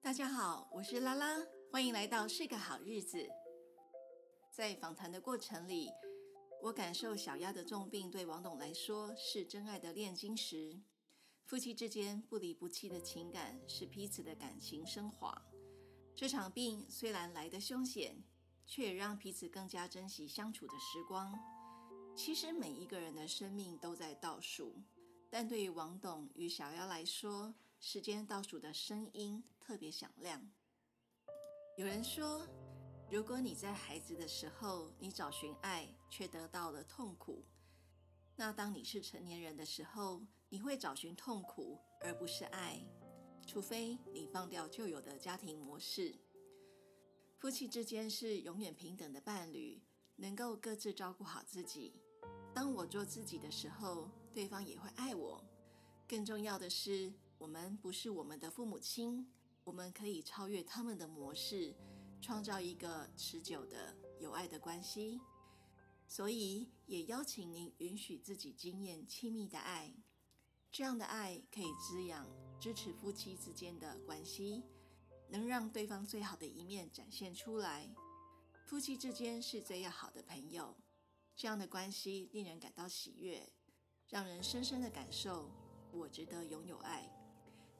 大家好，我是拉拉，欢迎来到《是个好日子》。在访谈的过程里，我感受小丫的重病对王董来说是真爱的炼金石。夫妻之间不离不弃的情感使彼此的感情升华。这场病虽然来得凶险，却也让彼此更加珍惜相处的时光。其实每一个人的生命都在倒数，但对于王董与小妖来说，时间倒数的声音特别响亮。有人说，如果你在孩子的时候你找寻爱，却得到了痛苦，那当你是成年人的时候，你会找寻痛苦而不是爱，除非你放掉旧有的家庭模式。夫妻之间是永远平等的伴侣，能够各自照顾好自己。当我做自己的时候，对方也会爱我。更重要的是，我们不是我们的父母亲，我们可以超越他们的模式，创造一个持久的有爱的关系。所以，也邀请您允许自己经验亲密的爱，这样的爱可以滋养、支持夫妻之间的关系，能让对方最好的一面展现出来。夫妻之间是最要好的朋友，这样的关系令人感到喜悦，让人深深的感受我值得拥有爱。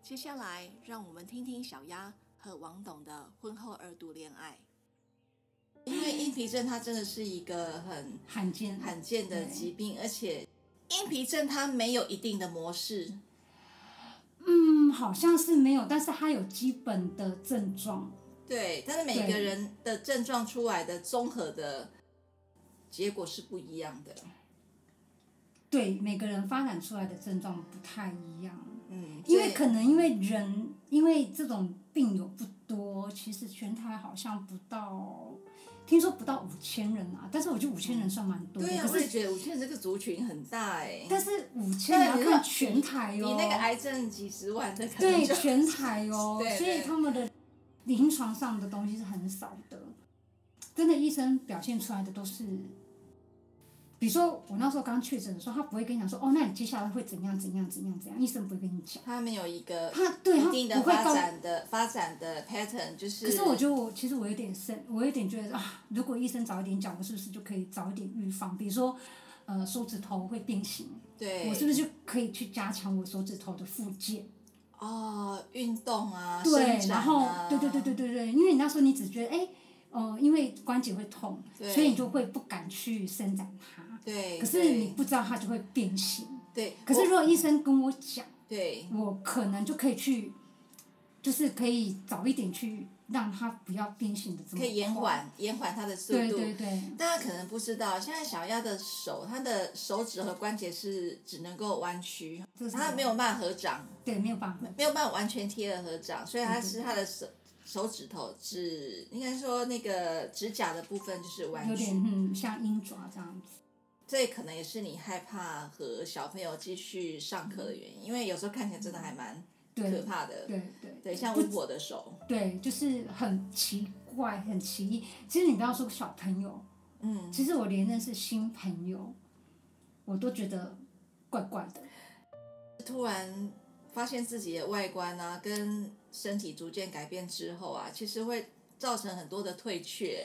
接下来，让我们听听小鸭和王董的婚后二度恋爱。因为硬皮症它真的是一个很罕见，罕见的疾病，而且硬皮症它没有一定的模式，嗯，好像是没有，但是它有基本的症状，对，但是每个对人的症状出来的综合的结果是不一样的。对每个人发展出来的症状不太一样，嗯，因为所以可能因为人因为这种病友不多，其实全台好像不到，听说不到五千人啊，但是我觉得五千人算蛮多的，嗯对呀、可我也是觉得我觉得这个族群很大哎、但是五千对人要你那看全台你哦，那个癌症几十万的可能对就全台哦 对，所以对他们的临床上的东西是很少的。真的，医生表现出来的都是，比如说我那时候刚确诊的时候，他不会跟你讲说，哦，那你接下来会怎样怎样怎样怎样，医生不会跟你讲，他们有一个他对他一定的不会发告。展的发展的 pattern，就是可是我觉得我其实我有点生，我有点觉得啊，如果医生早一点讲，我是不是就可以早一点预防？比如说，呃，手指头会变形，对我是不是就可以去加强我手指头的附件？哦运动啊，对，生然长后啊对对对对对对，因为你那时候你只觉得哎，哦、因为关节会痛，对所以你就会不敢去伸展它。对，可是你不知道它就会变形。对，对可是我如果医生跟我讲，对我可能就可以去，就是可以早一点去让它不要变形的这么可以延快。缓延缓它的速度。对对对，大家可能不知道，现在小鸭的手，它的手指和关节是只能够弯曲这，是啊它没有办法合掌，对没有办法，没有办法完全贴合合掌，所以嗯它是它的手手指头指，应该说那个指甲的部分就是弯有曲点。嗯像鹰爪这样子。这可能也是你害怕和小朋友继续上课的原因，因为有时候看起来真的还蛮可对怕的。对对对，像不巫婆的手，对，就是很奇怪，很奇异。其实你不要说小朋友，嗯，其实我连认识新朋友，我都觉得怪怪的。突然发现自己的外观啊，跟身体逐渐改变之后啊，其实会造成很多的退却。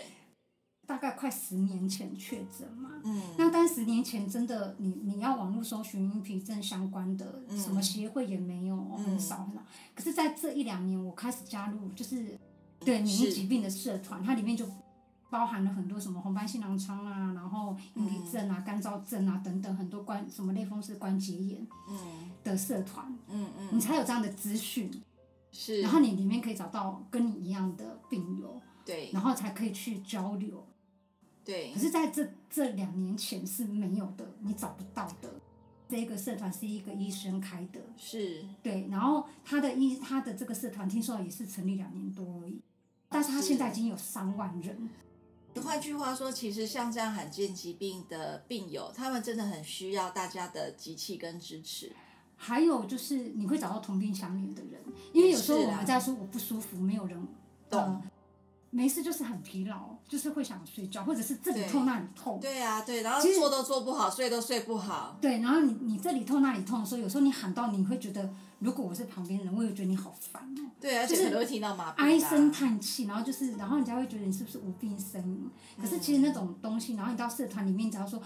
大概快十年前确诊嘛，嗯，那但十年前真的你你要网络搜寻硬皮症相关的嗯什么协会也没有，哦嗯很少很少。可是，在这一两年，我开始加入就是对免疫是疾病的社团，它里面就。包含了很多什么红斑性狼疮啊，然后硬皮症嗯啊、干燥症啊等等很多关什么类风湿关节炎嗯的社团，嗯你嗯，才有这样的资讯。是，然后你里面可以找到跟你一样的病友，对然后才可以去交流。对可，是在这这两年前是没有的，你找不到的。这一个社团是一个医生开的，是对，然后他的医他的这个社团听说也是成立两年多而已，但是他现在已经有三万人，换句话说，其实像这样罕见疾病的病友，他们真的很需要大家的集气跟支持。还有就是你会找到同病相怜的人，因为有时候是啊我们在说我不舒服，没有人懂呃没事就是很疲劳，就是会想睡觉，或者是这里对痛那里痛。对啊，对，然后其实做都做不好，睡都睡不好。对，然后你你这里痛那里痛的时候，有时候你喊到你会觉得，如果我是旁边人，我也觉得你好烦哦，对，而就且是可能会听到麻痹啦唉声叹气，然后就是，然后人家会觉得你是不是无病呻吟？可是其实那种东西，然后你到社团里面，只要说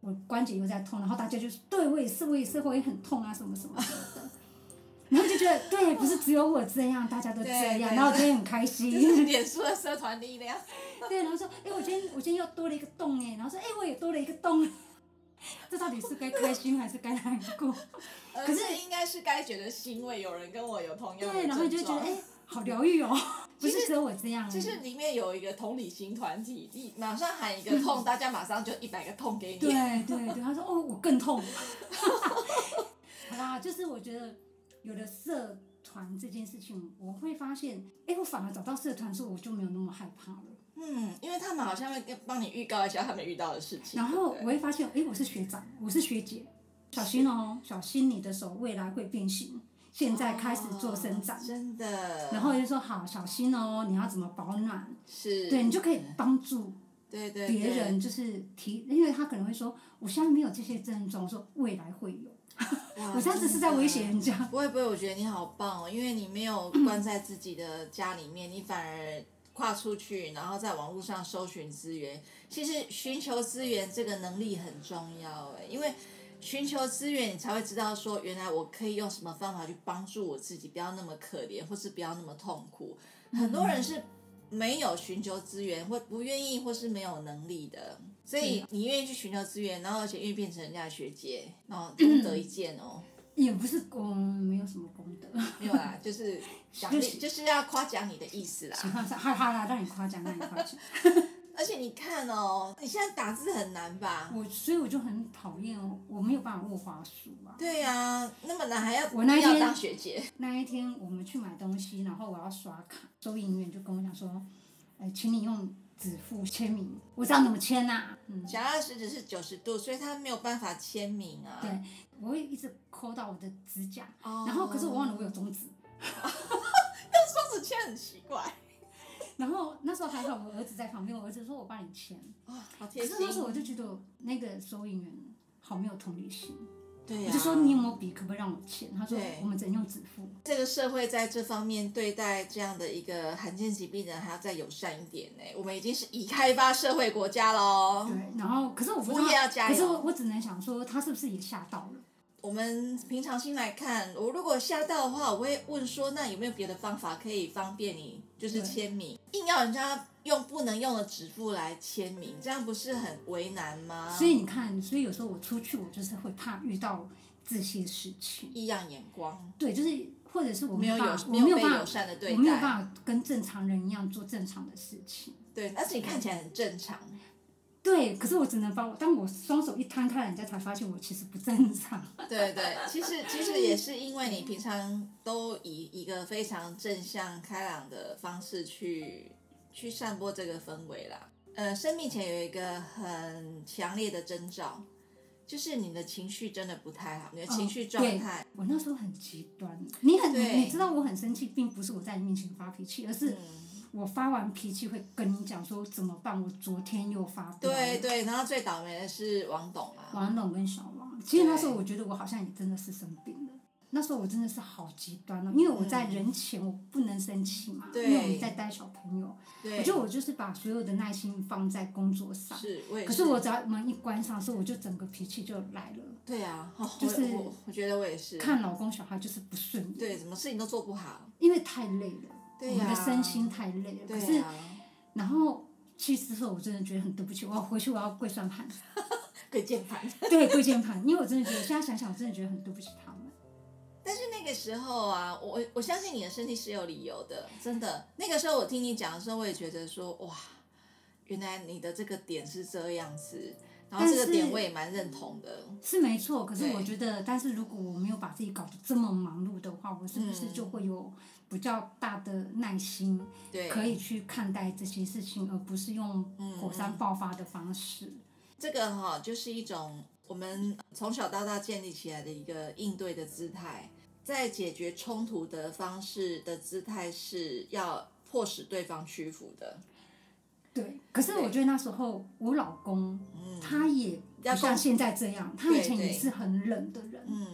我关节又在痛，然后大家就是对我也是，我也是，我也很痛啊，什么什么什么的。然后就觉得对，不是只有我这样，大家都这对对样，然后我今天很开 心。就是脸书的社团力量。 对，然后说，哎、我今天我今天又多了一个洞哎，然后说，哎、我也多了一个洞， 这到底是该开心还是该难过？可可是呃是应该是该觉得欣慰，有人跟我有同样的对，然后你就症觉得，状哎、好疗愈哦， 不其是实只有我这样、就欸，是里面有一个同理心团体，你马上喊一个痛，大家马上就一百个痛给对你。对对，他说哦，我更痛， 好啦，就是我觉得有了社团这件事情，我会发现，哎、我反而找到社团之后，我就没有那么害怕了，嗯，因为他们好像会跟帮你预告一下他们遇到的事情。然后对我不对会发现，哎、我是学长，我是学姐，小心哦，小心你的手未来会变形，现在开始做伸展。哦真的。然后我就说好，小心哦，你要怎么保暖？是对你就可以帮助对对别对人，就是提，因为他可能会说，我现在没有这些症状，我说未来会有，哇我上次是在威胁人家。不会不会，我觉得你好棒哦，因为你没有关在自己的家里面，你反而跨出去，然后在网络上搜寻资源。其实寻求资源这个能力很重要哎，因为寻求资源，你才会知道说，原来我可以用什么方法去帮助我自己，不要那么可怜，或是不要那么痛苦。很多人是没有寻求资源，或不愿意，或是没有能力的。所以你愿意去寻求资源，然后而且愿意变成人家的学姐，然后功德一件哦。也不是功，没有什么功德，没有 啦，就是奖励，就是要夸奖你的意思喜啦。欢上哈哈啦，让你夸奖，让你夸奖。而且你看哦，你现在打字很难吧？我所以我就很讨厌哦，我没有办法握花束啊。对呀、那么难还要我那一天要当学姐，那一天我们去买东西，然后我要刷卡，收银员就跟我讲说，呃，请你用指腹签名，我知道怎么签呐、嗯，小二十指是九十度，所以他没有办法签名啊。对，我会一直抠到我的指甲，哦然后可是我忘了我有中指，双子签很奇怪然后那时候还好我儿子在旁边，我儿子说我帮你签，啊，好贴可心是。当时我就觉得那个收银员好没有同理心，对啊呀、我就说你有没有笔，可不可以让我签？他说对哦我们只能用指腹，这个社会在这方面对待这样的一个罕见疾病人还要再友善一点呢。我们已经是已开发社会国家喽。对，然后可是我不知服务业要道，加可是油我我只能想说他是不是也吓到了？我们平常心来看，我如果吓到的话，我会问说，那有没有别的方法可以方便你，就是对签名，硬要人家用不能用的指腹来签名，这样不是很为难吗？所以你看，所以有时候我出去，我就是会怕遇到这些事情，异样眼光，对，就是或者是我没有办友法，我没没有被友办法，善的对我没有待，办法跟正常人一样做正常的事情。对，而且你看起来很正常，对，可是我只能把我，当我双手一摊开，人家才发现我其实不正常。对对，其实其实也是因为你平常都以一个非常正向、开朗的方式去去散播这个氛围啦。呃，生命前有一个很强烈的征兆，就是你的情绪真的不太好，你的哦情绪状态，我那时候很极端，你很对你你知道我很生气，并不是我在你面前发脾气，而是嗯，我发完脾气会跟你讲说怎么办，我昨天又发飙。对对，然后最倒霉的是王董啊，王董跟小王，其实那时候对我觉得我好像也真的是生病了。那时候我真的是好极端哦，因为我在人前我不能生气嘛，对因为我们在带小朋友，我嗯对，觉得我就是把所有的耐心放在工作上。是，我也可是我只要门一关上，所以我就整个脾气就来了，对啊，哦就是我我我觉得我也是，看老公小孩就是不顺眼，对，什么事情都做不好，因为太累了，对我们的呀身心太累了。可对是啊，然后去之后，我真的觉得很对不起，我要回去我要跪算盘，被键盘。 对跪键盘，因为我真的觉得现在想想，我真的觉得很对不起他们。但是那个时候啊，我我相信你的身体是有理由的，真的。那个时候我听你讲的时候，我也觉得说，哇，原来你的这个点是这样子，然后但这个点是我也蛮认同的。是没错，可是对我觉得，但是如果我没有把自己搞得这么忙碌的话，我是不是嗯就会有比较大的耐心，对，可以去看待这些事情，而不是用嗯火山爆发的方式？这个哈、就是一种我们呃从小到大建立起来的一个应对的姿态。在解决冲突的方式的姿态是要迫使对方屈服的，对，可是我觉得那时候我老公嗯他也要不像攻现在这样，他对以前也对是很冷的人，嗯，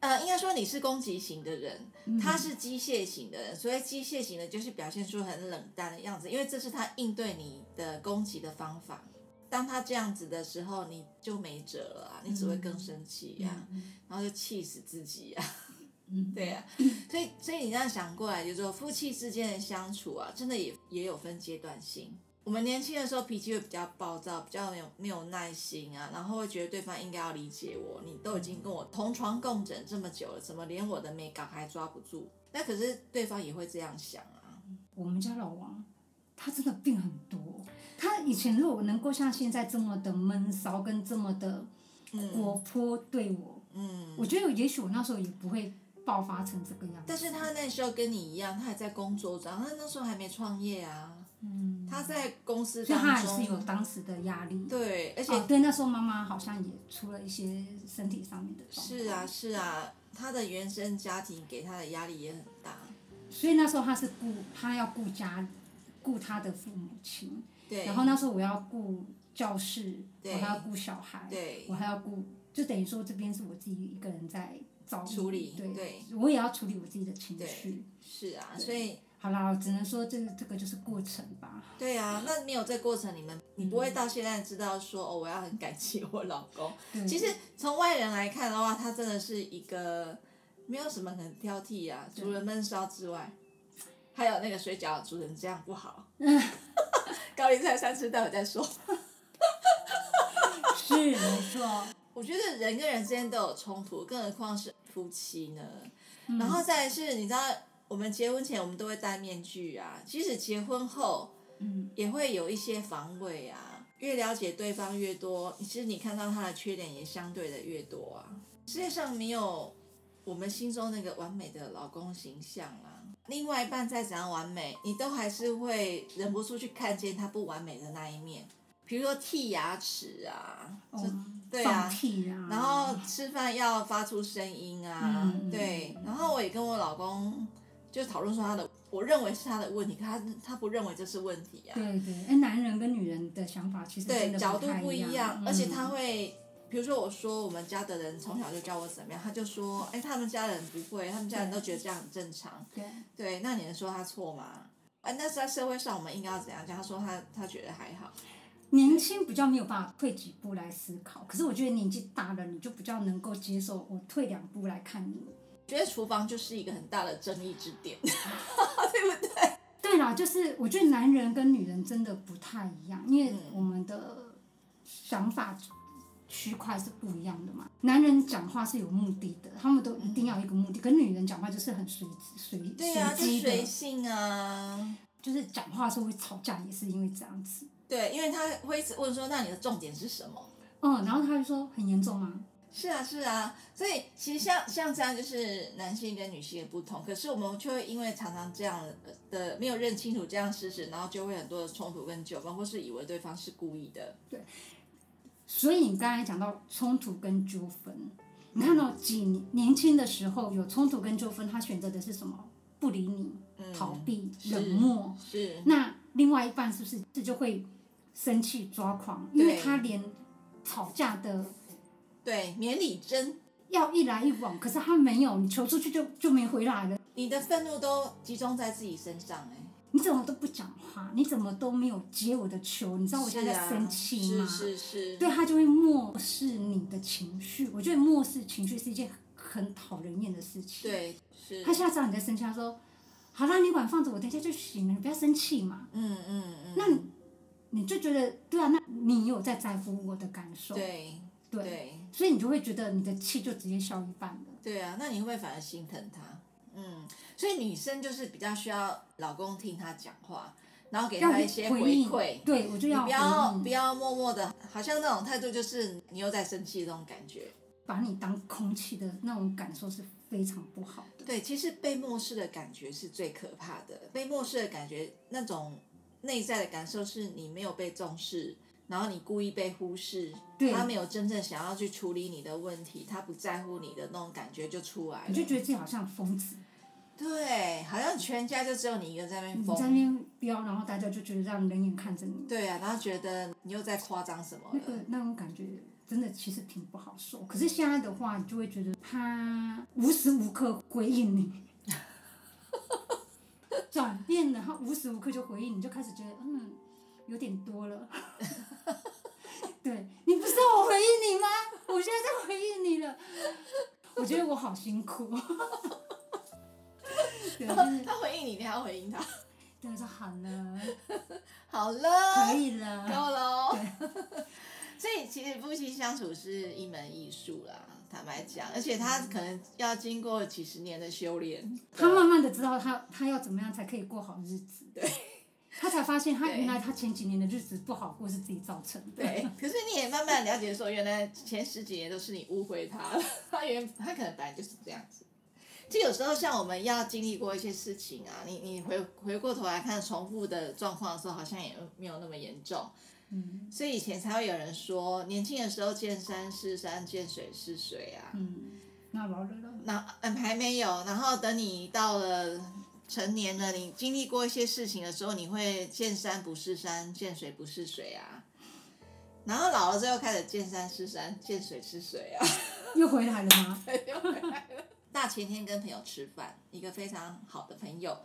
呃，应该说你是攻击型的人，嗯他是机械型的人，所以机械型的就是表现出很冷淡的样子，因为这是他应对你的攻击的方法。当他这样子的时候，你就没辙了啊，你只会更生气呀、然后就气死自己啊呀、嗯对 呀、所以所以你这样想过来，就是说夫妻之间的相处啊，真的也也有分阶段性。我们年轻的时候脾气会比较暴躁，比较没有没有耐心啊，然后会觉得对方应该要理解我，你都已经跟我同床共枕这么久了，怎么连我的美感还抓不住？那可是对方也会这样想啊，我们家老王，他真的病很多。他以前如果能够像现在这么的闷骚跟这么的活泼对我，嗯。我觉得也许我那时候也不会爆发成这个样子。但是他那时候跟你一样，他还在工作中，他那时候还没创业啊，嗯，他在公司所以他当还是有中，当时的压力。对，而且哦，对，那时候妈妈好像也出了一些身体上面的状况。是啊，，是啊，他的原生家庭给他的压力也很大。所以那时候他是顾他要顾家，顾他的父母亲，对，然后那时候我要顾教室，我对还要顾小孩，对我还要顾，就等于说这边是我自己一个人在照顾处理对，对我也要处理我自己的情对绪。是啊，对所以好啦，我只能说这这个就是过程吧。对啊，那没有这过程，你们你不会到现在知道说哦，我要很感激我老公。对，其实从外人来看的话，他真的是一个没有什么很挑剔啊，嗯除了闷烧之外，还有那个水饺煮成这样不 好。高丽菜三吃待会再说。是没错，我觉得人跟人之间都有冲突，更何况是夫妻呢？嗯然后再来是，你知道，我们结婚前我们都会戴面具啊，即使结婚后嗯，也会有一些防卫啊。越了解对方越多，其实你看到他的缺点也相对的越多啊。世界上没有我们心中那个完美的老公形象啊。另外一半再怎样完美，你都还是会忍不住去看见他不完美的那一面，比如说剔牙齿啊，哦这对啊放屁啊，然后吃饭要发出声音啊，嗯对。然后我也跟我老公就讨论说他的，我认为是他的问题，可他他不认为这是问题啊。对对，哎，男人跟女人的想法其实嗯真对，的角度太不一一样，而且他嗯会，比如说我说我们家的人从小就教我怎么样，他就说，哎，他们家人不会，他们家人都觉得这样很正常。对，对，那你能说他错吗？啊，那是在社会上我们应该要怎样讲？他说他他觉得还好。年轻比较没有办法退几步来思考，可是我觉得年纪大了，你就比较能够接受我退两步来看你。觉得厨房就是一个很大的争议之 点，对啦，就是我觉得男人跟女人真的不太一样，因为嗯我们的想法区块是不一样的嘛。男人讲话是有目的的，他们都一定要有一个目的，可女人讲话就是很随随嗯对呀、啊，就随机随的，性啊。就是讲话的时候会吵架，也是因为这样子。对，因为他会一直问说，那你的重点是什么？嗯，然后他就说很严重吗？是啊，是啊，所以其实像像这样就是男性跟女性的不同，可是我们却会因为常常这样的的没有认清楚这样事实，然后就会很多的冲突跟纠纷，或是以为对方是故意的。所以你刚才讲到冲突跟纠纷，你看到几年年轻的时候有冲突跟纠纷，他选择的是什么？不理你、嗯，逃避、是冷漠。是，那另外一半是不是这就会生气抓狂？因为对他连吵架的对，免礼真，要一来一往，可是他没有，你求出去就就没回来了。你的愤怒都集中在自己身上、哎，你怎么都不讲话？你怎么都没有接我的球？你知道我现在是啊在生气吗？是是是，对啊他就会漠视你的情绪。我觉得漠视情绪是一件很讨人厌的事情。对是，他下次让你在生气，他说：“好啦，你管放着我，等一下就行了，你不要生气嘛。嗯嗯嗯，那你你就觉得对啊，那你有在在乎我的感受，对对对所以你就会觉得你的气就直接消一半了。对啊，那你会不会反而心疼他？嗯，所以女生就是比较需要老公听她讲话，然后给要她一些回回应馈。对我就你要不要回应不要默默的，好像那种态度就是你又在生气的那种感觉。把你当空气的那种感受是非常不好的。对，其实被漠视的感觉是最可怕的，被漠视的感觉那种内在的感受是你没有被重视，然后你故意被忽视，对他没有真正想要去处理你的问题，他不在乎你的那种感觉就出来了。你就觉得自己好像疯子，对，好像全家就只有你一个在那边你嗯在那疯。边飙，然后大家就觉得让人眼看着你，对啊，然后觉得你又在夸张什么那了。个那种感觉真的其实挺不好受。可是现在的话，你就会觉得他无时无刻回应你，转变了，他无时无刻就回应你，就开始觉得嗯有点多了。 对你不是要我回应你吗？我现在在回应你了，我觉得我好辛苦。 对，就是他回应你，你还要回应 他。对，说好了，好了，可以了够。了哦。 所以其实夫妻相处是一门艺术啦，坦白讲，而且他可能要经过几十年的修 炼。啊他慢慢的知道他他要怎么样才可以过好日子。对。他才发现，他对原来他前几年的日子不好过是自己造成的。对， 可是你也慢慢了解说，原来前十几年都是你误会他了， 他原他可能本来就是这样子。其实有时候像我们要经历过一些事情啊，你你回回过头来看重复的状况的时候，好像也没有那么严重。嗯所以以前才会有人说，年轻的时候见山是山，见水是水啊。嗯，那老了了，那嗯还没有，然后等你到了成年了，你经历过一些事情的时候，你会见山不是山，见水不是水啊。然后老了之后开始见山是山，见水是水啊。 又回来了吗？大前天跟朋友吃饭，一个非常好的朋友，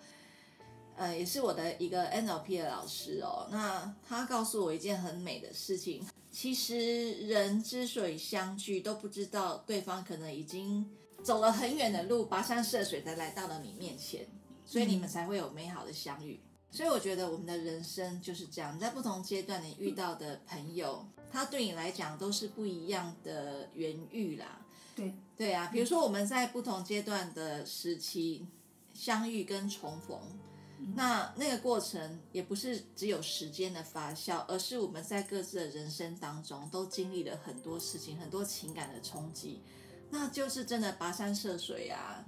呃，也是我的一个 NLP 的老师哦。那他告诉我一件很美的事情，其实人之所以相聚，都不知道对方可能已经走了很远的路，跋山涉水才来到了你面前，所以你们才会有美好的相遇。所以我觉得我们的人生就是这样，在不同阶段你遇到的朋友，他对你来讲都是不一样的缘遇啦。对，对啊，比如说我们在不同阶段的时期相遇跟重逢，那那个过程也不是只有时间的发酵，而是我们在各自的人生当中都经历了很多事情，很多情感的冲击，那就是真的跋山涉水啊。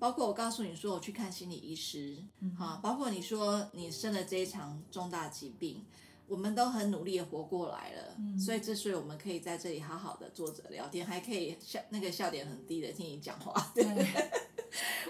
包括我告诉你说我去看心理医师，啊，包括你说你生了这一场重大疾病，我们都很努力的活过来了，所以之所以我们可以在这里好好的坐着聊天，还可以笑那个笑点很低的听你讲话，对，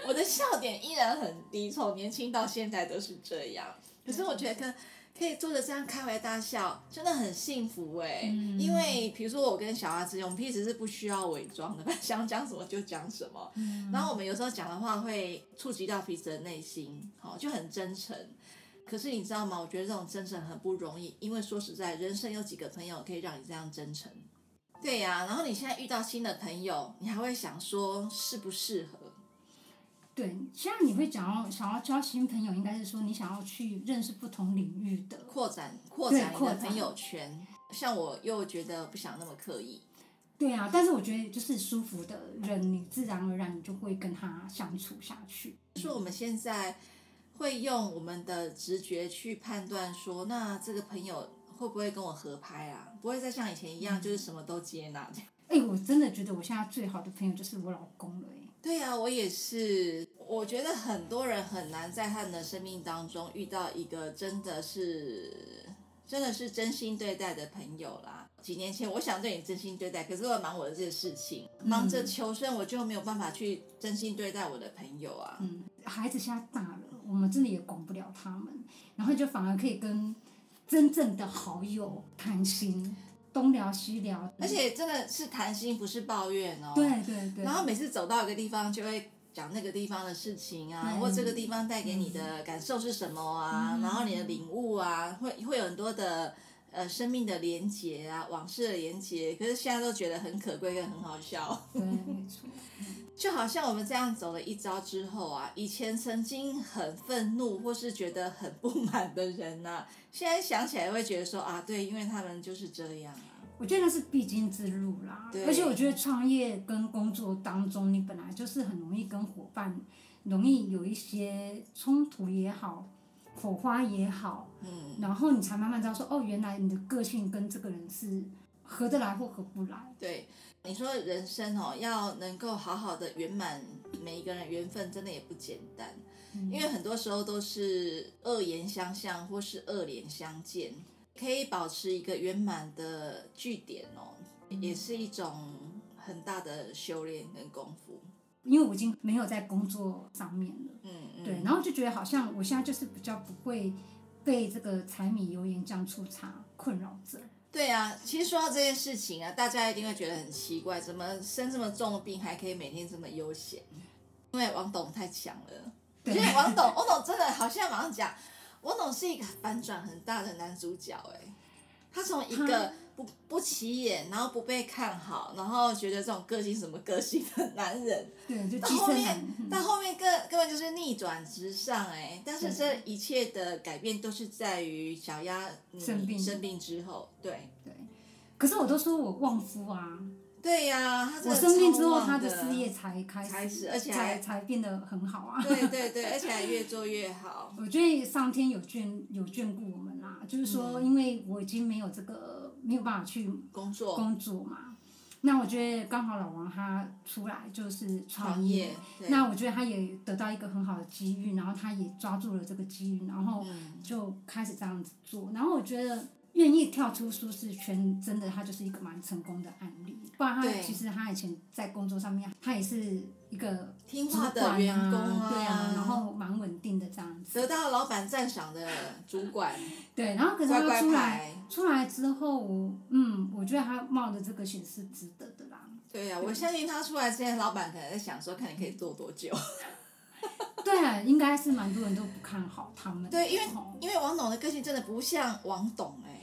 我的笑点依然很低，从年轻到现在都是这样。可是我觉得可以坐着这样开怀大笑，真的很幸福哎、嗯因为比如说我跟小阿之间，我们平时是不需要伪装的， 想讲什么就讲什么。然后我们有时候讲的话会触及到彼此的内心，好、就很真诚。可是你知道吗？我觉得这种真诚很不容易，因为说实在，人生有几个朋友可以让你这样真诚？对呀、然后你现在遇到新的朋友，你还会想说适不适合？对。现在你会想要想要交新朋友，应该是说你想要去认识不同领域的。扩展扩展你扩的展朋友圈。像我又觉得不想那么刻意，对啊，但是我觉得就是舒服的人，你自然而然你就会跟他相处下去。说我们现在会用我们的直觉去判断说，那这个朋友会不会跟我合拍啊？不会再像以前一样，就是什么都接纳这样。哎、我真的觉得我现在最好的朋友就是我老公了、哎。对呀、我也是。我觉得很多人很难在他们的生命当中遇到一个真的是真的是真心对待的朋友啦。几年前我想对你真心对待，可是我忙我的这些事情，忙着求生，我就没有办法去真心对待我的朋友啊。嗯，孩子现在大了，我们真的也管不了他们，然后就反而可以跟真正的好友谈心，东聊西聊，而且真的是谈心，不是抱怨哦。对对对，然后每次走到一个地方，就会讲那个地方的事情啊，嗯或这个地方带给你的感受是什么啊，然后你的领悟啊，会会有很多的呃生命的连结啊，往事的连结。可是现在都觉得很可贵跟很好笑， 对，没错，就好像我们这样走了一遭之后啊，以前曾经很愤怒或是觉得很不满的人呐、现在想起来会觉得说啊，对，因为他们就是这样啊。我觉得那是必经之路啦对。而且我觉得创业跟工作当中，你本来就是很容易跟伙伴容易有一些冲突也好，火花也好，嗯，然后你才慢慢知道说，哦，原来你的个性跟这个人是合得来或合不来。对，你说人生哦，要能够好好的圆满每一个人缘分，真的也不简单，因为很多时候都是恶言相向或是恶脸相见，可以保持一个圆满的据点哦，也是一种很大的修炼跟功夫。因为我已经没有在工作上面了。嗯嗯，对，然后就觉得好像我现在就是比较不会被这个柴米油盐酱醋茶困扰着。对啊，其实说到这件事情啊，大家一定会觉得很奇怪，怎么生这么重的病还可以每天这么悠闲？因为王董太强了，因对为王董，王董真的好像马上讲，王董是一个反转很大的男主角哎、他从一个他不不起眼，然后不被看好，然后觉得这种个性什么个性的男人，对，就到机后车面男。嗯到后面根根本就是逆转直上哎、但是这一切的改变都是在于小鸭你生病生病之后，对。对，可是我都说我旺夫啊，对呀、他真的我生病之超后，旺他的的事业。才开始，开始而且还才才变得很好啊。对对对，而且还越做越好。我觉得上天有眷有眷顾我们啦，就是说，因为我已经没有这个没有办法去工作、工作嘛，那我觉得刚好老王他出来就是创创业，对那我觉得他也得到一个很好的机遇，然后他也抓住了这个机遇，然后嗯就开始这样子做。然后我觉得愿意跳出舒适圈，真的他就是一个蛮成功的案例。不然他对其实他以前在工作上面，他也是一个听主话管的员工啊，对啊然后蛮稳定的这样子。得到老板赞赏的主管，对，然后可是乖 他乖出来牌。出来之后，我嗯，我觉得他冒的这个险是值得的啦。对呀、我相信他出来之前，老板可能在想说，看你可以做多久。对啊，应该是蛮多人都不看好他们的。对，因为哦因为王董的个性真的不像王董哎、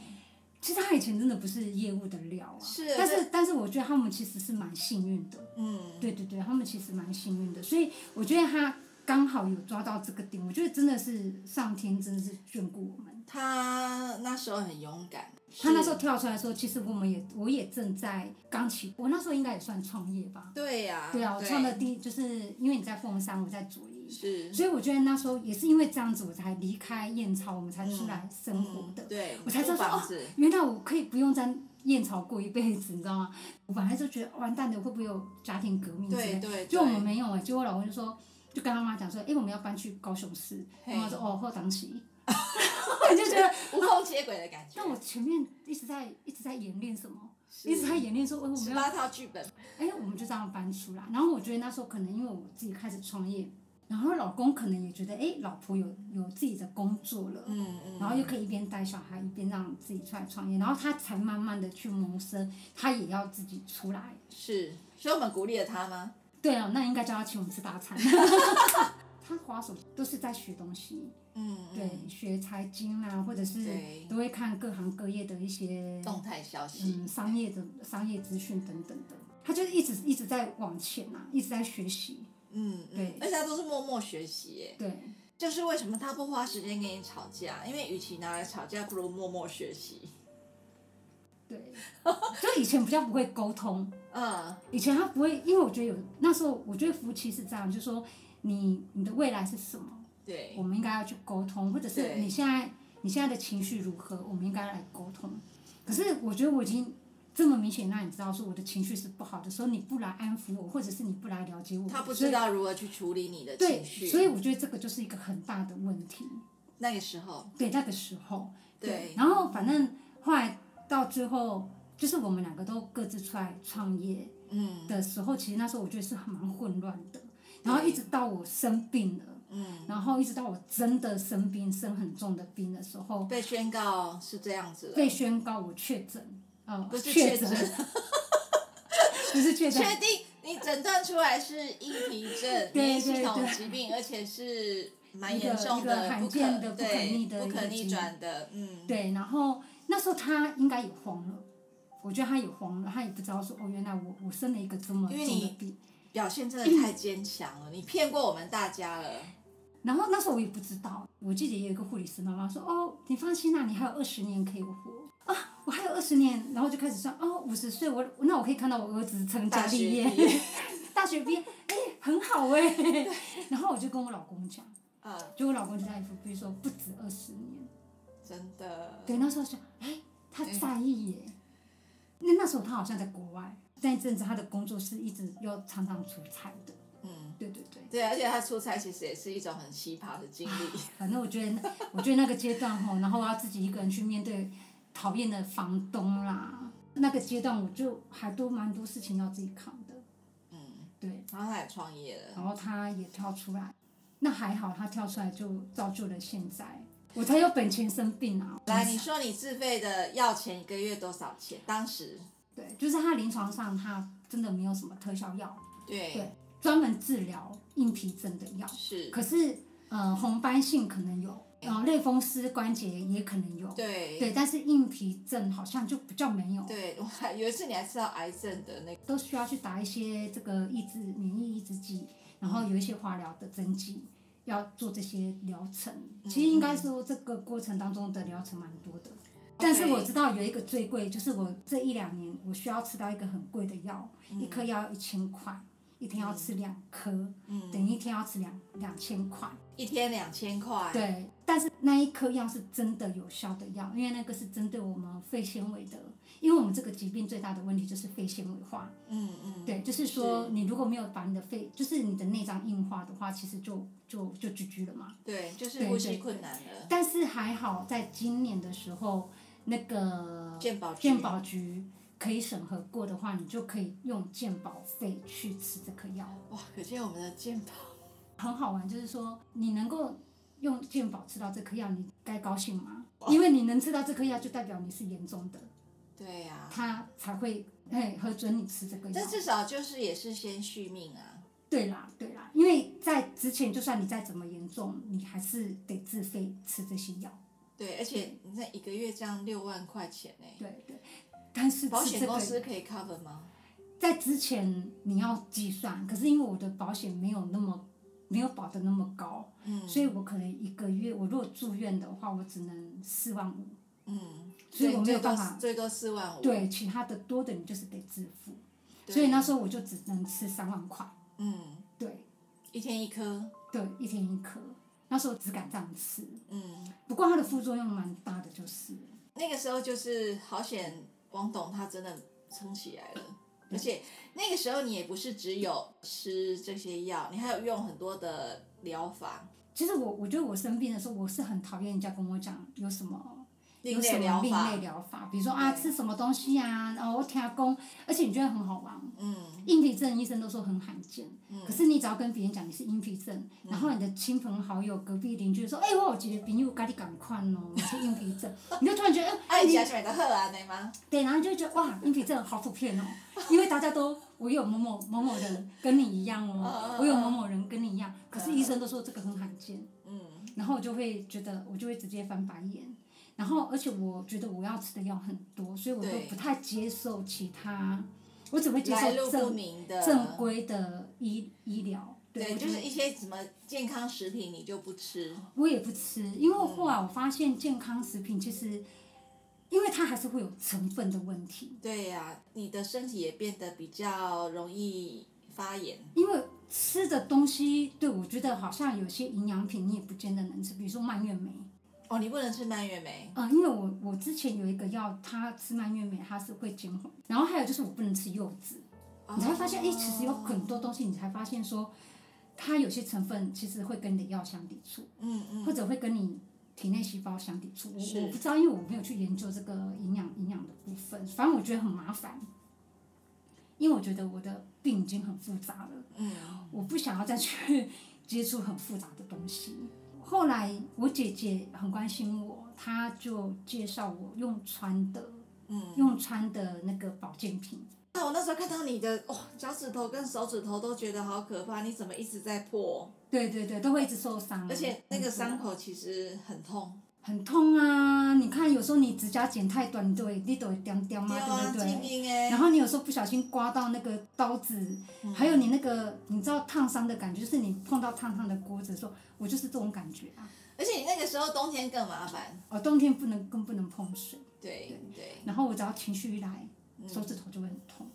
其实他以前真的不是业务的料啊，是但是但是我觉得他们其实是蛮幸运的，嗯，对对对，他们其实蛮幸运的，所以我觉得他刚好有抓到这个点，我觉得真的是上天真的是眷顾我们。他那时候很勇敢。他那是时候跳出来的时候，其实我们也我也正在刚起，我那时候应该也算创业吧，对呀、对啊，我创的第一就是因为你在凤山，我在左营，是所以我觉得那时候也是因为这样子，我才离开燕巢，我们才出来生活嗯的。对，我才知道租说房哦子原来我可以不用在燕巢过一辈子，你知道吗？我本来就觉得完蛋了，会不会有家庭革命之类对的？对，就我们对没有哎、结果我老公就说，就跟他妈讲说，哎、我们要搬去高雄市，嘿然后他说哦，后档期， 我就觉得，无缝接轨的感觉。但我前面一直在一直在演练什么，是一直在演练说，哎、我十们要，八套剧本，哎、我们就这样搬出来。然后我觉得那时候可能因为我自己开始创业，然后老公可能也觉得，哎、老婆有有自己的工作了，嗯嗯，然后又可以一边带小孩，一边让自己出来创业，然后他才慢慢的去谋生，他也要自己出来。是，所以我们鼓励了他吗？对啊，那应该叫他请我们吃大餐。 他滑手都是在学东西，嗯，对，学财经啦、或者是对都会看各行各业的一些嗯动态消息，嗯商业的商业资讯等等的。他就一直一直在往前啊，一直在学习。嗯，嗯对而且他都是默默学习耶，对，就是为什么他不花时间跟你吵架，因为与其拿来吵架，不如默默学习。 对，就以前比较不会沟通，嗯，以前他不会，因为我觉得有那时候，我觉得夫妻是这样，就是说你你的未来是什么，对我，们应该要去沟通，或者是对你现在你现在的情绪如何，我们应该来沟通。可是我觉得我已经这么明显让你知道说我的情绪是不好的时候，你不来安抚我，或者是你不来了解我，他不所以知道如何去处理你的对，情绪，所以我觉得这个就是一个很大的问题。那个时候，对，那个时候，对，然后反正后来到最后，就是我们两个都各自出来创业，嗯的时候，其实那时候我觉得是蛮混乱的，然后一直到我生病了，嗯，然后一直到我真的生病，生很重的病的时候，被宣告是这样子了被，宣告我确诊，呃不，是确诊，不是确诊，确定你诊断出来是阴皮症对、免疫系对统对疾病，而且是蛮一个严重一个的、罕不可见的不可对逆的不一个可疾逆病转的，嗯，对，然后那时候他应该也慌了，我觉得他也慌了，他也不知道说哦，原来我我生了一个这么因重为的你病，表现真 的太坚强了，你骗过我们大家了，然后那时候我也不知道，我记得也有一个护理师妈妈说：“哦，你放心啦、你还有二十年可以活啊，我还有二十年。”然后就开始算：“哦，五十岁我那我可以看到我儿子成大家学立毕业，业，大学毕业，哎、很好哎、 然后我就跟我老公讲，啊，就我老公就在 FB 说不止二十年。真的，对，那时候想，哎、他在意耶、那那时候他好像在国外，那一阵子他的工作是一直要常常出差的。嗯，对对对。对，而且他出差其实也是一种很奇葩的经 历，反正我觉得，我觉得那个阶段吼，然后我要自己一个人去面对讨厌的房东啦。那个阶段我就还都蛮多事情要自己扛的，嗯，对，然后他也创业了，然后他也跳出来，那还好他跳出来就造就了现在，我才有本钱生病啊。来，你说你自费的药钱一个月多少钱？当时对，就是他临床上他真的没有什么特效药，对对，专门治疗硬皮症的药，是，可是呃红斑性可能有，然后类风湿关节也可能有，对对，但是硬皮症好像就比较没有，对我还有一次你还吃到癌症的那个，都需要去打一些这个抑制免疫抑制剂，然后有一些化疗的针剂，要做这些疗程。其实应该说这个过程当中的疗程蛮多的，但是我知道有一个最贵，就是我这一两年我需要吃到一个很贵的药，一颗药一千块，一天要吃两颗，嗯等于一天要吃两两千块。一天两千块，对，但是那一颗药是真的有效的药，因为那个是针对我们肺纤维的，因为我们这个疾病最大的问题就是肺纤维化。嗯嗯，对，就是说是你如果没有把你的肺，就是你的内脏硬化的话，其实就就就 GG 了嘛。对，就是对呼对吸对困难了，但是还好，在今年的时候，那个健保局健保局可以审核过的话，你就可以用健保费去吃这颗药。哇，可见我们的健保，很好玩，就是说你能够用健保吃到这颗药，你该高兴吗？因为你能吃到这颗药，就代表你是严重的，对呀、他才会哎核准你吃这个药。但至少就是也是先续命啊，对啦，对啦，因为在之前，就算你再怎么严重，你还是得自费吃这些药。对，而且你那一个月这样六万块钱呢、对对，但是保吃这险公个司可以 cover 吗？在之前你要计算，可是因为我的保险没有那么没有保的那么高，嗯所以我可能一个月我如果住院的话，我只能四万五。嗯，所以我没有最多办法最多四万五，对，其他的多的你就是得自付，对，所以那时候我就只能吃三万块。嗯，对一天一颗，对，一天一颗，那时候只敢这样吃。嗯，不过它的副作用蛮大的，就是了。那个时候就是好险，王董他真的撑起来了。嗯而且那个时候你也不是只有吃这些药，你还有用很多的疗法，其实我我觉得我生病的时候，我是很讨厌人家跟我讲有什么另有类什疗么另法类，疗法，比如说啊对吃什么东西呀、啊，然后我听工，而且你觉得很好玩。嗯硬皮症医生都说很罕见，嗯可是你只要跟别人讲你是硬皮症，然后你的亲朋好友、隔壁邻居就说，哎、我有一个朋友跟你赶快哦，你是硬皮症，你就突然觉得，哎、爱你家选的喝 啊，对吗？对，然后就觉得哇，硬皮症好普遍哦，因为大家都我有某某某某人跟你一样哦，我有某某人跟你一样，可是医生都说这个很罕见。嗯，然后我就会觉得，我就会直接翻白眼。然后，而且我觉得我要吃的药很多，所以我都对不太接受其他，我只会接来路不受正明的正规的医医疗。对，我就是会一些什么健康食品你就不吃，我也不吃，嗯因为后来我发现健康食品其实，因为它还是会有成分的问题，对呀、你的身体也变得比较容易发炎。因为吃的东西，对我觉得好像有些营养品你也不见得能吃，比如说蔓越莓。哦，你不能吃蔓越莓，嗯，因为我我之前有一个药，它吃蔓越莓它是会减缓，然后还有就是我不能吃柚子，哦你才会发现，哎、其实有很多东西，你才发现说，它有些成分其实会跟你的药相抵触，嗯嗯，或者会跟你体内细胞相抵触。我是我不知道，因为我没有去研究这个营养营养的部分，反正我觉得很麻烦，因为我觉得我的病已经很复杂了，嗯，我不想要再去接触很复杂的东西。后来我姐姐很关心我，她就介绍我用穿的，嗯，用穿的那个保健品，那我那时候看到你的哦，脚趾头跟手指头都觉得好可怕，你怎么一直在破？对对对，都会一直受伤，而且那个伤嗯口其实很痛，很痛啊！你看，有时候你指甲剪太短，你都会你都会掉掉嘛，对啊，嗯对精不对？英哎然，后你有时候不小心刮到那个刀子，嗯还有你那个你知道烫伤的感觉，就是你碰到烫烫的锅子的时候，我就是这种感觉啊。而且你那个时候冬天更麻烦，哦，冬天不能更不能碰水，对对，然后我只要情绪一来，嗯手指头就会很痛。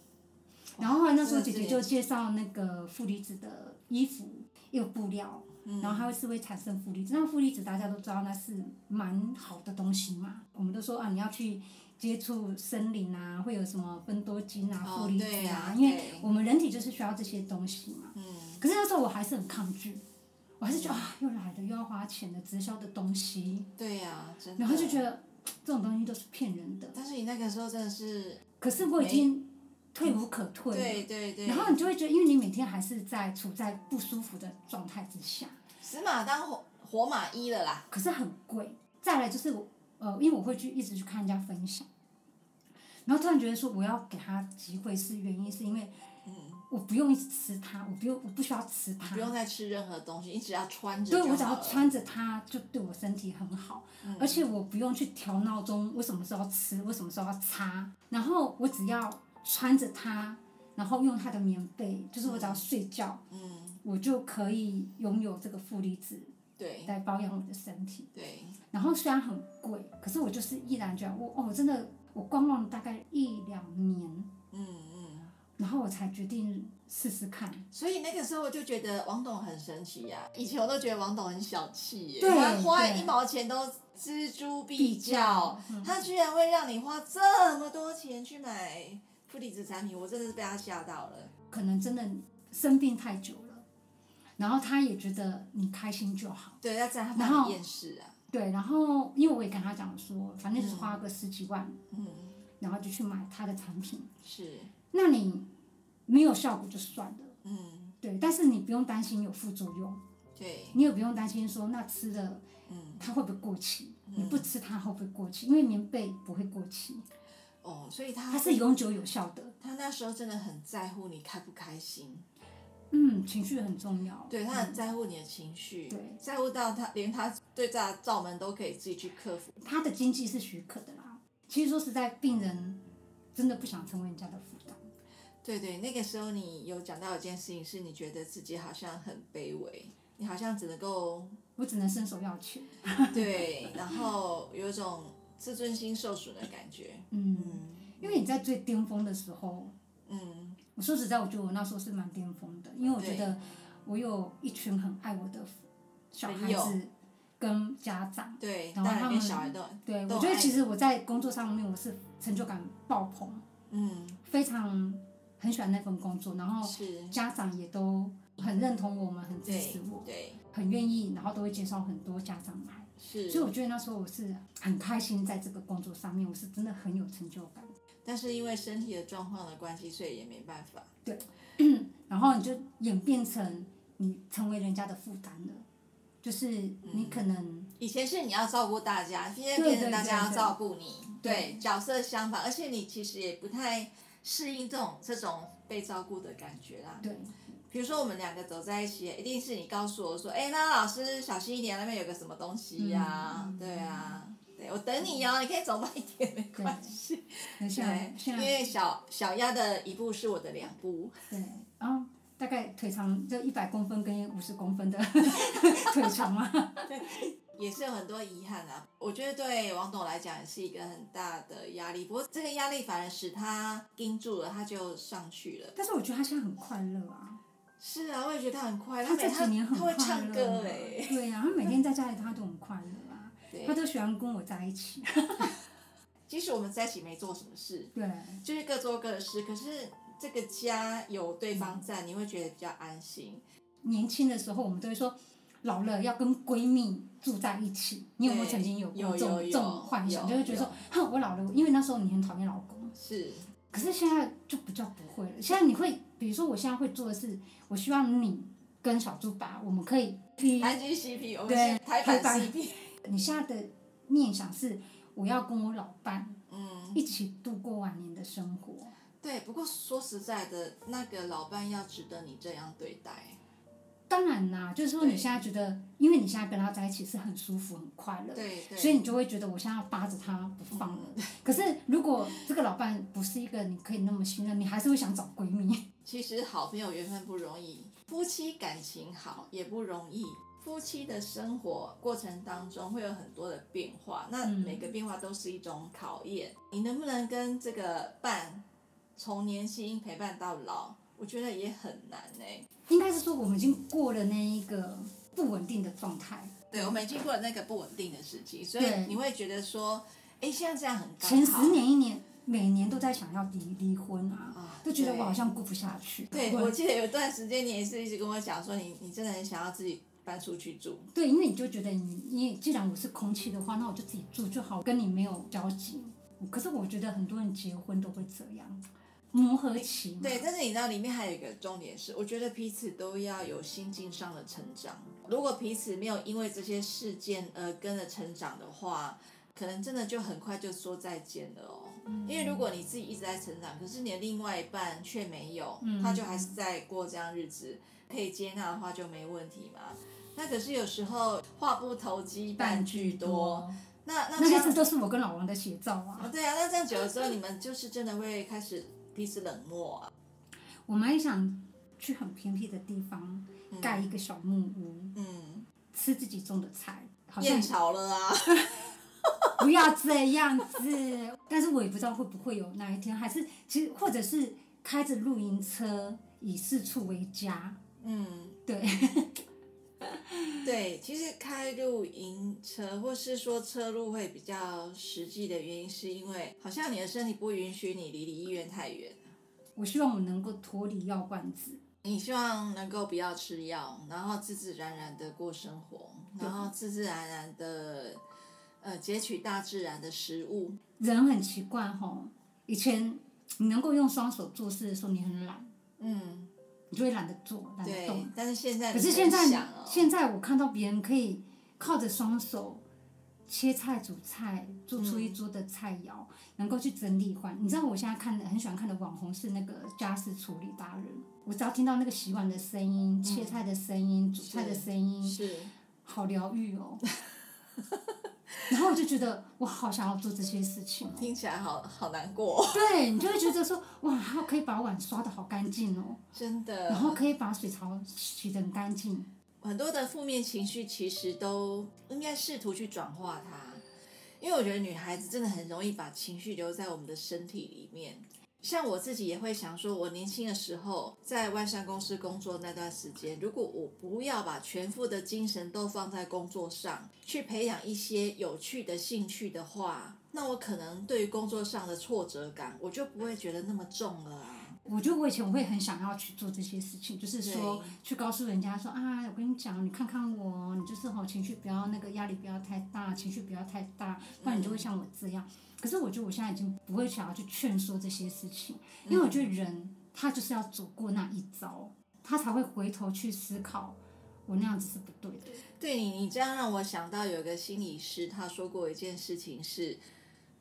然后后来那时候姐姐就介绍那个负离子的衣服，有布料，嗯然后它会是会产生负离子。那负离子大家都知道，那是蛮好的东西嘛。我们都说啊，你要去接触森林啊，会有什么分多精啊、哦负离子对啊因为对我们人体就是需要这些东西嘛。嗯，可是那时候我还是很抗拒，我还是觉得啊，又来了，又要花钱的直销的东西，对呀，真的。然后就觉得，得这种东西都是骗人的。但是你那个时候真的是，可是我已经退无可退。对对对，然后你就会觉得，因为你每天还是在处在不舒服的状态之下，死马当活活马医了啦。可是很贵。再来就是我，呃，因为我会去一直去看人家分享，然后突然觉得说我要给他机会是原因是因为嗯，我不用一直吃它，我不用我不需要吃它，不用再吃任何东西，你只要穿着就啊对好我只要了，穿着它就对我身体很好，嗯而且我不用去调闹钟，我什么时候吃，我什么时候要擦，然后我只要穿着它，然后用它的棉被，就是我只要睡觉，嗯，我就可以拥有这个负离子对来保养我的身体。对，然后虽然很贵，可是我就是毅然决然，我哦，我真的我观望了大概一两年，嗯嗯。然后我才决定试试看。所以那个时候我就觉得王董很神奇呀、以前我都觉得王董很小气耶，对他花对一毛钱都锱铢必比较较，，嗯他居然会让你花这么多钱去买负离子产品，我真的是被他吓到了。可能真的生病太久了，然后他也觉得你开心就好。对，要在他然怕后你厌世啊。对，然后因为我也跟他讲说，反正就是花个十几万，嗯，然后就去买他的产品。是，那你没有效果就算了，嗯，对，但是你不用担心有副作用，对，你也不用担心说那吃了嗯，它会不会过期，你嗯不吃它会不会过期？因为棉被不会过期，哦，所以他它是永久有效的。他那时候真的很在乎你开不开心，嗯，情绪很重要。对他很嗯在乎你的情绪，对在乎到他连他对炸罩门都可以自己去克服。他的经济是许可的啦。其实说实在，病人真的不想成为人家的负担。对对，那个时候你有讲到一件事情，是你觉得自己好像很卑微，你好像只能够我只能伸手要钱。对，然后有一种自尊心受损的感觉。嗯，嗯因为你在最巅峰的时候，嗯我说实在，我觉得我那时候是蛮巅峰的，因为我觉对得我有一群很爱我的小孩朋子跟家长，。对，然大后人他跟们小孩都，对，都我觉得爱其实我在工作上面我是成就感爆棚，嗯，非常很喜欢那份工作，然后是，家长也都很认同我们，很支对持我，对很愿意，然后都会介绍很多家长来。所以是。我觉得那时候我是很开心，在这个工作上面，我是真的很有成就感。但是因为身体的状况的关系，所以也没办法。然后你就演变成你成为人家的负担了，就是你可能、以前是你要照顾大家，现在对变成对大家对要对照顾你，对角色相反，而且你其实也不太适应这种这种被照顾的感觉啦。对比如说我们两个走在一起，一定是你告诉我说，哎，那老师小心一点，那边有个什么东西呀、嗯嗯对啊，对我等你哦，你可以走慢一点，没关系。那现在对，现因在为小小鸭的一步是我的两步，对，然后大概腿长就一百公分跟五十公分的 腿长嘛，也是有很多遗憾啊。我觉得对王董来讲也是一个很大的压力，不过这个压力反而使他盯住了，他就上去了。但是我觉得他现在很快乐啊，是啊，我也觉得他很快乐，他每这几年很他会快乐、啊，唱歌哎、对呀、啊，他每天在家里他都很快乐啊，他对，都喜欢跟我在一起，即使我们在一起没做什么事，对就是各做各的事，可是这个家有对方在，你会觉得比较安心。年轻的时候，我们都会说老了要跟闺蜜住在一起。你有没有对曾经有有过这种有有这种幻想？有就会觉得说，哼，我老了，因为那时候你很讨厌老公，是，可是现在就比较不会了。现在你会，比如说我现在会做的是，我希望你跟小猪爸，我们可以一韩剧 CP，我们对是台版台版 CP，你现在的念想是，我要跟我老伴嗯，一起度过晚年的生活。对。不过说实在的，那个老伴要值得你这样对待。当然啦，就是说对你现在觉得，因为你现在跟他在一起是很舒服、很快乐，对对。所以你就会觉得我现在要扒着他不放了。可是如果这个老伴不是一个你可以那么信任，你还是会想找闺蜜。其实好朋友缘分不容易，夫妻感情好也不容易。夫妻的生活过程当中会有很多的变化，那嗯每个变化都是一种考验。你能不能跟这个伴从年轻陪伴到老，我觉得也很难哎、应该是说我们已经过了那一个不稳定的状态，对，我们经过了那个不稳定的时期，所以对你会觉得说，哎，现在这样很刚好。前十年一年每年都在想要离离婚啊，啊，就觉得对我好。像过不下去。对，我我记得有一段时间你也是一直跟我讲说你，你真的很想要自己搬出去住。对，因为你就觉得你你既然我是空气的话，那我就自己住就好，跟你没有交集。可是我觉得很多人结婚都会这样，磨合期嘛。对，但是你知道里面还有一个重点是，我觉得彼此都要有心境上的成长。如果彼此没有因为这些事件而跟着成长的话，可能真的就很快就说再见了哦。因为如果你自己一直在成长，可是你的另外一半却没有，他就还是在过这样日子，可以接纳的话就没问题嘛。那可是有时候话不投机半句多，，那那那这些样次都是我跟老王的写照啊。啊对啊，那这样久了之后，你们就是真的会开始彼此冷漠啊。我们还想去很偏僻的地方盖一个小木屋，嗯，吃自己种的菜，好像厌潮了啊。 不要这样子。 但是我也不知道会不会有那一天，还是其实或者是开着露营车以四处为家，嗯，对， 对，其实开露营车或是说车路会比较实际的原因，是因为好像你的身体不允许你离离医院太远。我希望我能够脱离药罐子。你希望能够不要吃药，然后自自然然的过生活，然后自自然然的，呃，截取大自然的食物。人很奇怪吼，以前你能够用双手做事的时候，你很懒，嗯，你就会懒得做，懒得对动。。但是现在可你是很现在，想哦现在我看到别人可以靠着双手切菜、煮菜，嗯做出一桌的菜肴，能够去整理环。你知道我现在看的很喜欢看的网红是那个家事处理达人，我只要听到那个洗碗的声音、切菜的声音、煮菜的声音，是好疗愈 哦。然后我就觉得我好想要做这些事情哦。听起来好好难过，哦 对你就会觉得说，哇，他可以把碗刷的好干净哦，真的。然后可以把水槽洗的很干净。很多的负面情绪其实都应该试图去转化它，因为我觉得女孩子真的很容易把情绪留在我们的身体里面。像我自己也会想说，我年轻的时候在外商公司工作那段时间，如果我不要把全副的精神都放在工作上，去培养一些有趣的兴趣的话，那我可能对于工作上的挫折感，我就不会觉得那么重了啊。我觉得我以前会很想要去做这些事情，就是说对去告诉人家说啊，我跟你讲，你看看我，你就是吼、情绪不要那个压力不要太大，情绪不要太大，不然你嗯就会像我这样。可是我觉得我现在已经不会想要去劝说这些事情，因为我觉嗯得人他就是要走过那一遭，他才会回头去思考我那样子是不对的。对你，你这样让我想到有一个心理师，他说过一件事情是，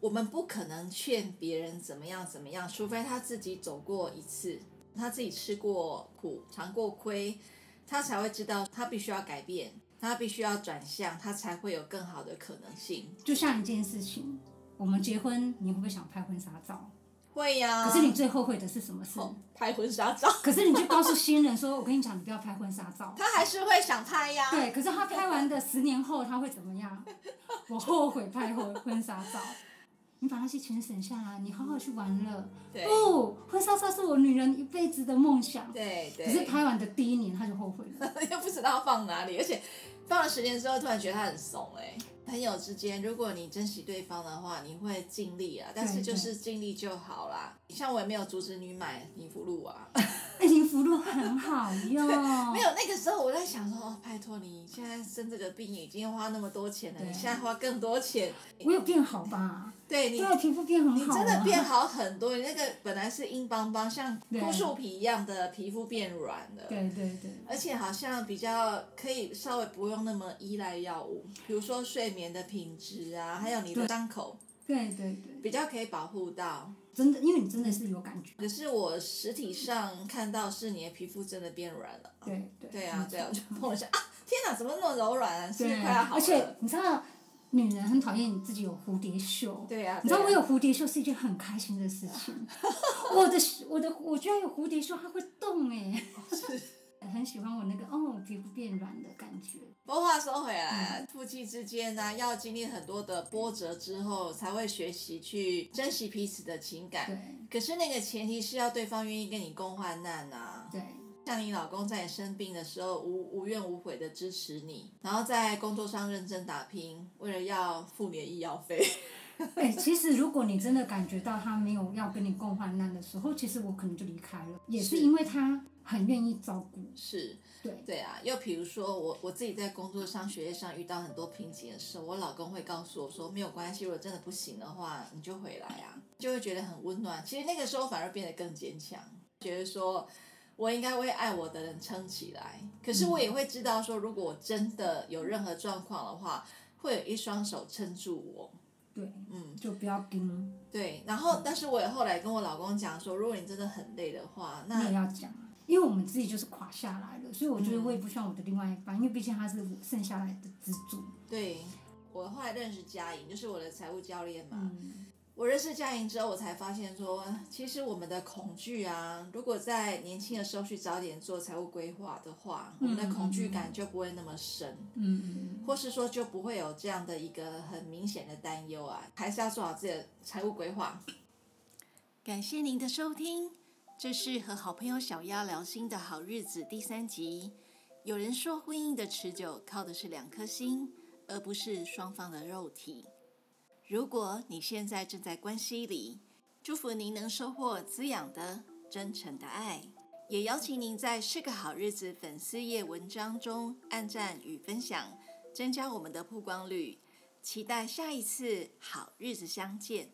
我们不可能劝别人怎么样怎么样，除非他自己走过一次，他自己吃过苦、尝过亏，他才会知道他必须要改变，他必须要转向，他才会有更好的可能性。就像一件事情，我们结婚，你会不会想拍婚纱照？会呀、可是你最后悔的是什么事？啊哦拍婚纱照，可是你就告诉新人说：“我跟你讲，你不要拍婚纱照。他还是会想拍呀、”对，可是他拍完的十年后他会怎么样？我后悔拍婚婚纱照。你把那些钱省下来，你好好去玩乐。对不，婚纱照是我女人一辈子的梦想。对对，可是拍完的第一年他就后悔了。又不知道放哪里，而且放了十年之后，突然觉得他很怂哎、朋友之间，如果你珍惜对方的话，你会尽力啊，但是对对就是尽力就好啦。像我也没有阻止你买尼芙露啊，爱情福禄 很好用，没有。那个时候我在想说，哦，拜托你现在生这个病已经花那么多钱了，对你现在花更多钱，我有变好吧？对你对，皮肤变很你好、啊。真的变好很多，你那个本来是硬邦邦像对枯树皮一样的皮肤变软了。对对对。而且好像比较可以稍微不用那么依赖药物，比如说睡眠的品质啊，还有你的伤口对对对，比较可以保护到。真的，因为你真的是有感觉。可是我实体上看到是你的皮肤真的变软了。对对。对啊，没对啊， 我错就碰了一下啊，天哪，怎么那么柔软啊？是不是对快要好 而且了？你知道，女人很讨厌你自己有蝴蝶袖。对啊，你知道对啊我有蝴蝶袖是一件很开心的事情。 我的我的我居然有蝴蝶袖，它会动哎、哦 很喜欢我那个哦，皮肤变软的感觉。不过话说回来，夫妻之间呢、要经历很多的波折之后，才会学习去珍惜彼此的情对感。可是那个前提是要对方愿意跟你共患难啊。对像你老公在你生病的时候无无怨无悔的支持你，然后在工作上认真打拼，为了要付你的医药费。 哎、其实如果你真的感觉到他没有要跟你共患难的时候，其实我可能就离开了，也是是因为他很愿意照顾。是对，对啊，又比如说我我自己在工作上、学业上遇到很多瓶颈的时候，我老公会告诉我说，没有关系，如果真的不行的话，你就回来啊，就会觉得很温暖。其实那个时候反而变得更坚强，觉得说我应该为爱我的人撑起来。可是我也会知道说，如果我真的有任何状况的话，会有一双手撑住我。对，嗯，就不要盯，对。然后，但是我也后来跟我老公讲说，如果你真的很累的话，你那也要讲啊，因为我们自己就是垮下来了，所以我觉得嗯我也不希望我的另外一半，因为毕竟他是我剩下来的支柱。对我后来认识佳颖，就是我的财务教练嘛。嗯，我认识嘉莹之后，我才发现说，其实我们的恐惧啊，如果在年轻的时候去早点做财务规划的话，我们的恐惧感就不会那么深，嗯嗯，或是说就不会有这样的一个很明显的担忧啊。还是要做好自己的财务规划。感谢您的收听，这是和好朋友小丫聊心的好日子第三集。有人说，婚姻的持久靠的是两颗心，而不是双方的肉体。如果你现在正在关系里，祝福您能收获滋养的、真诚的爱，也邀请您在“是个好日子”粉丝页文章中按赞与分享，增加我们的曝光率。期待下一次好日子相见。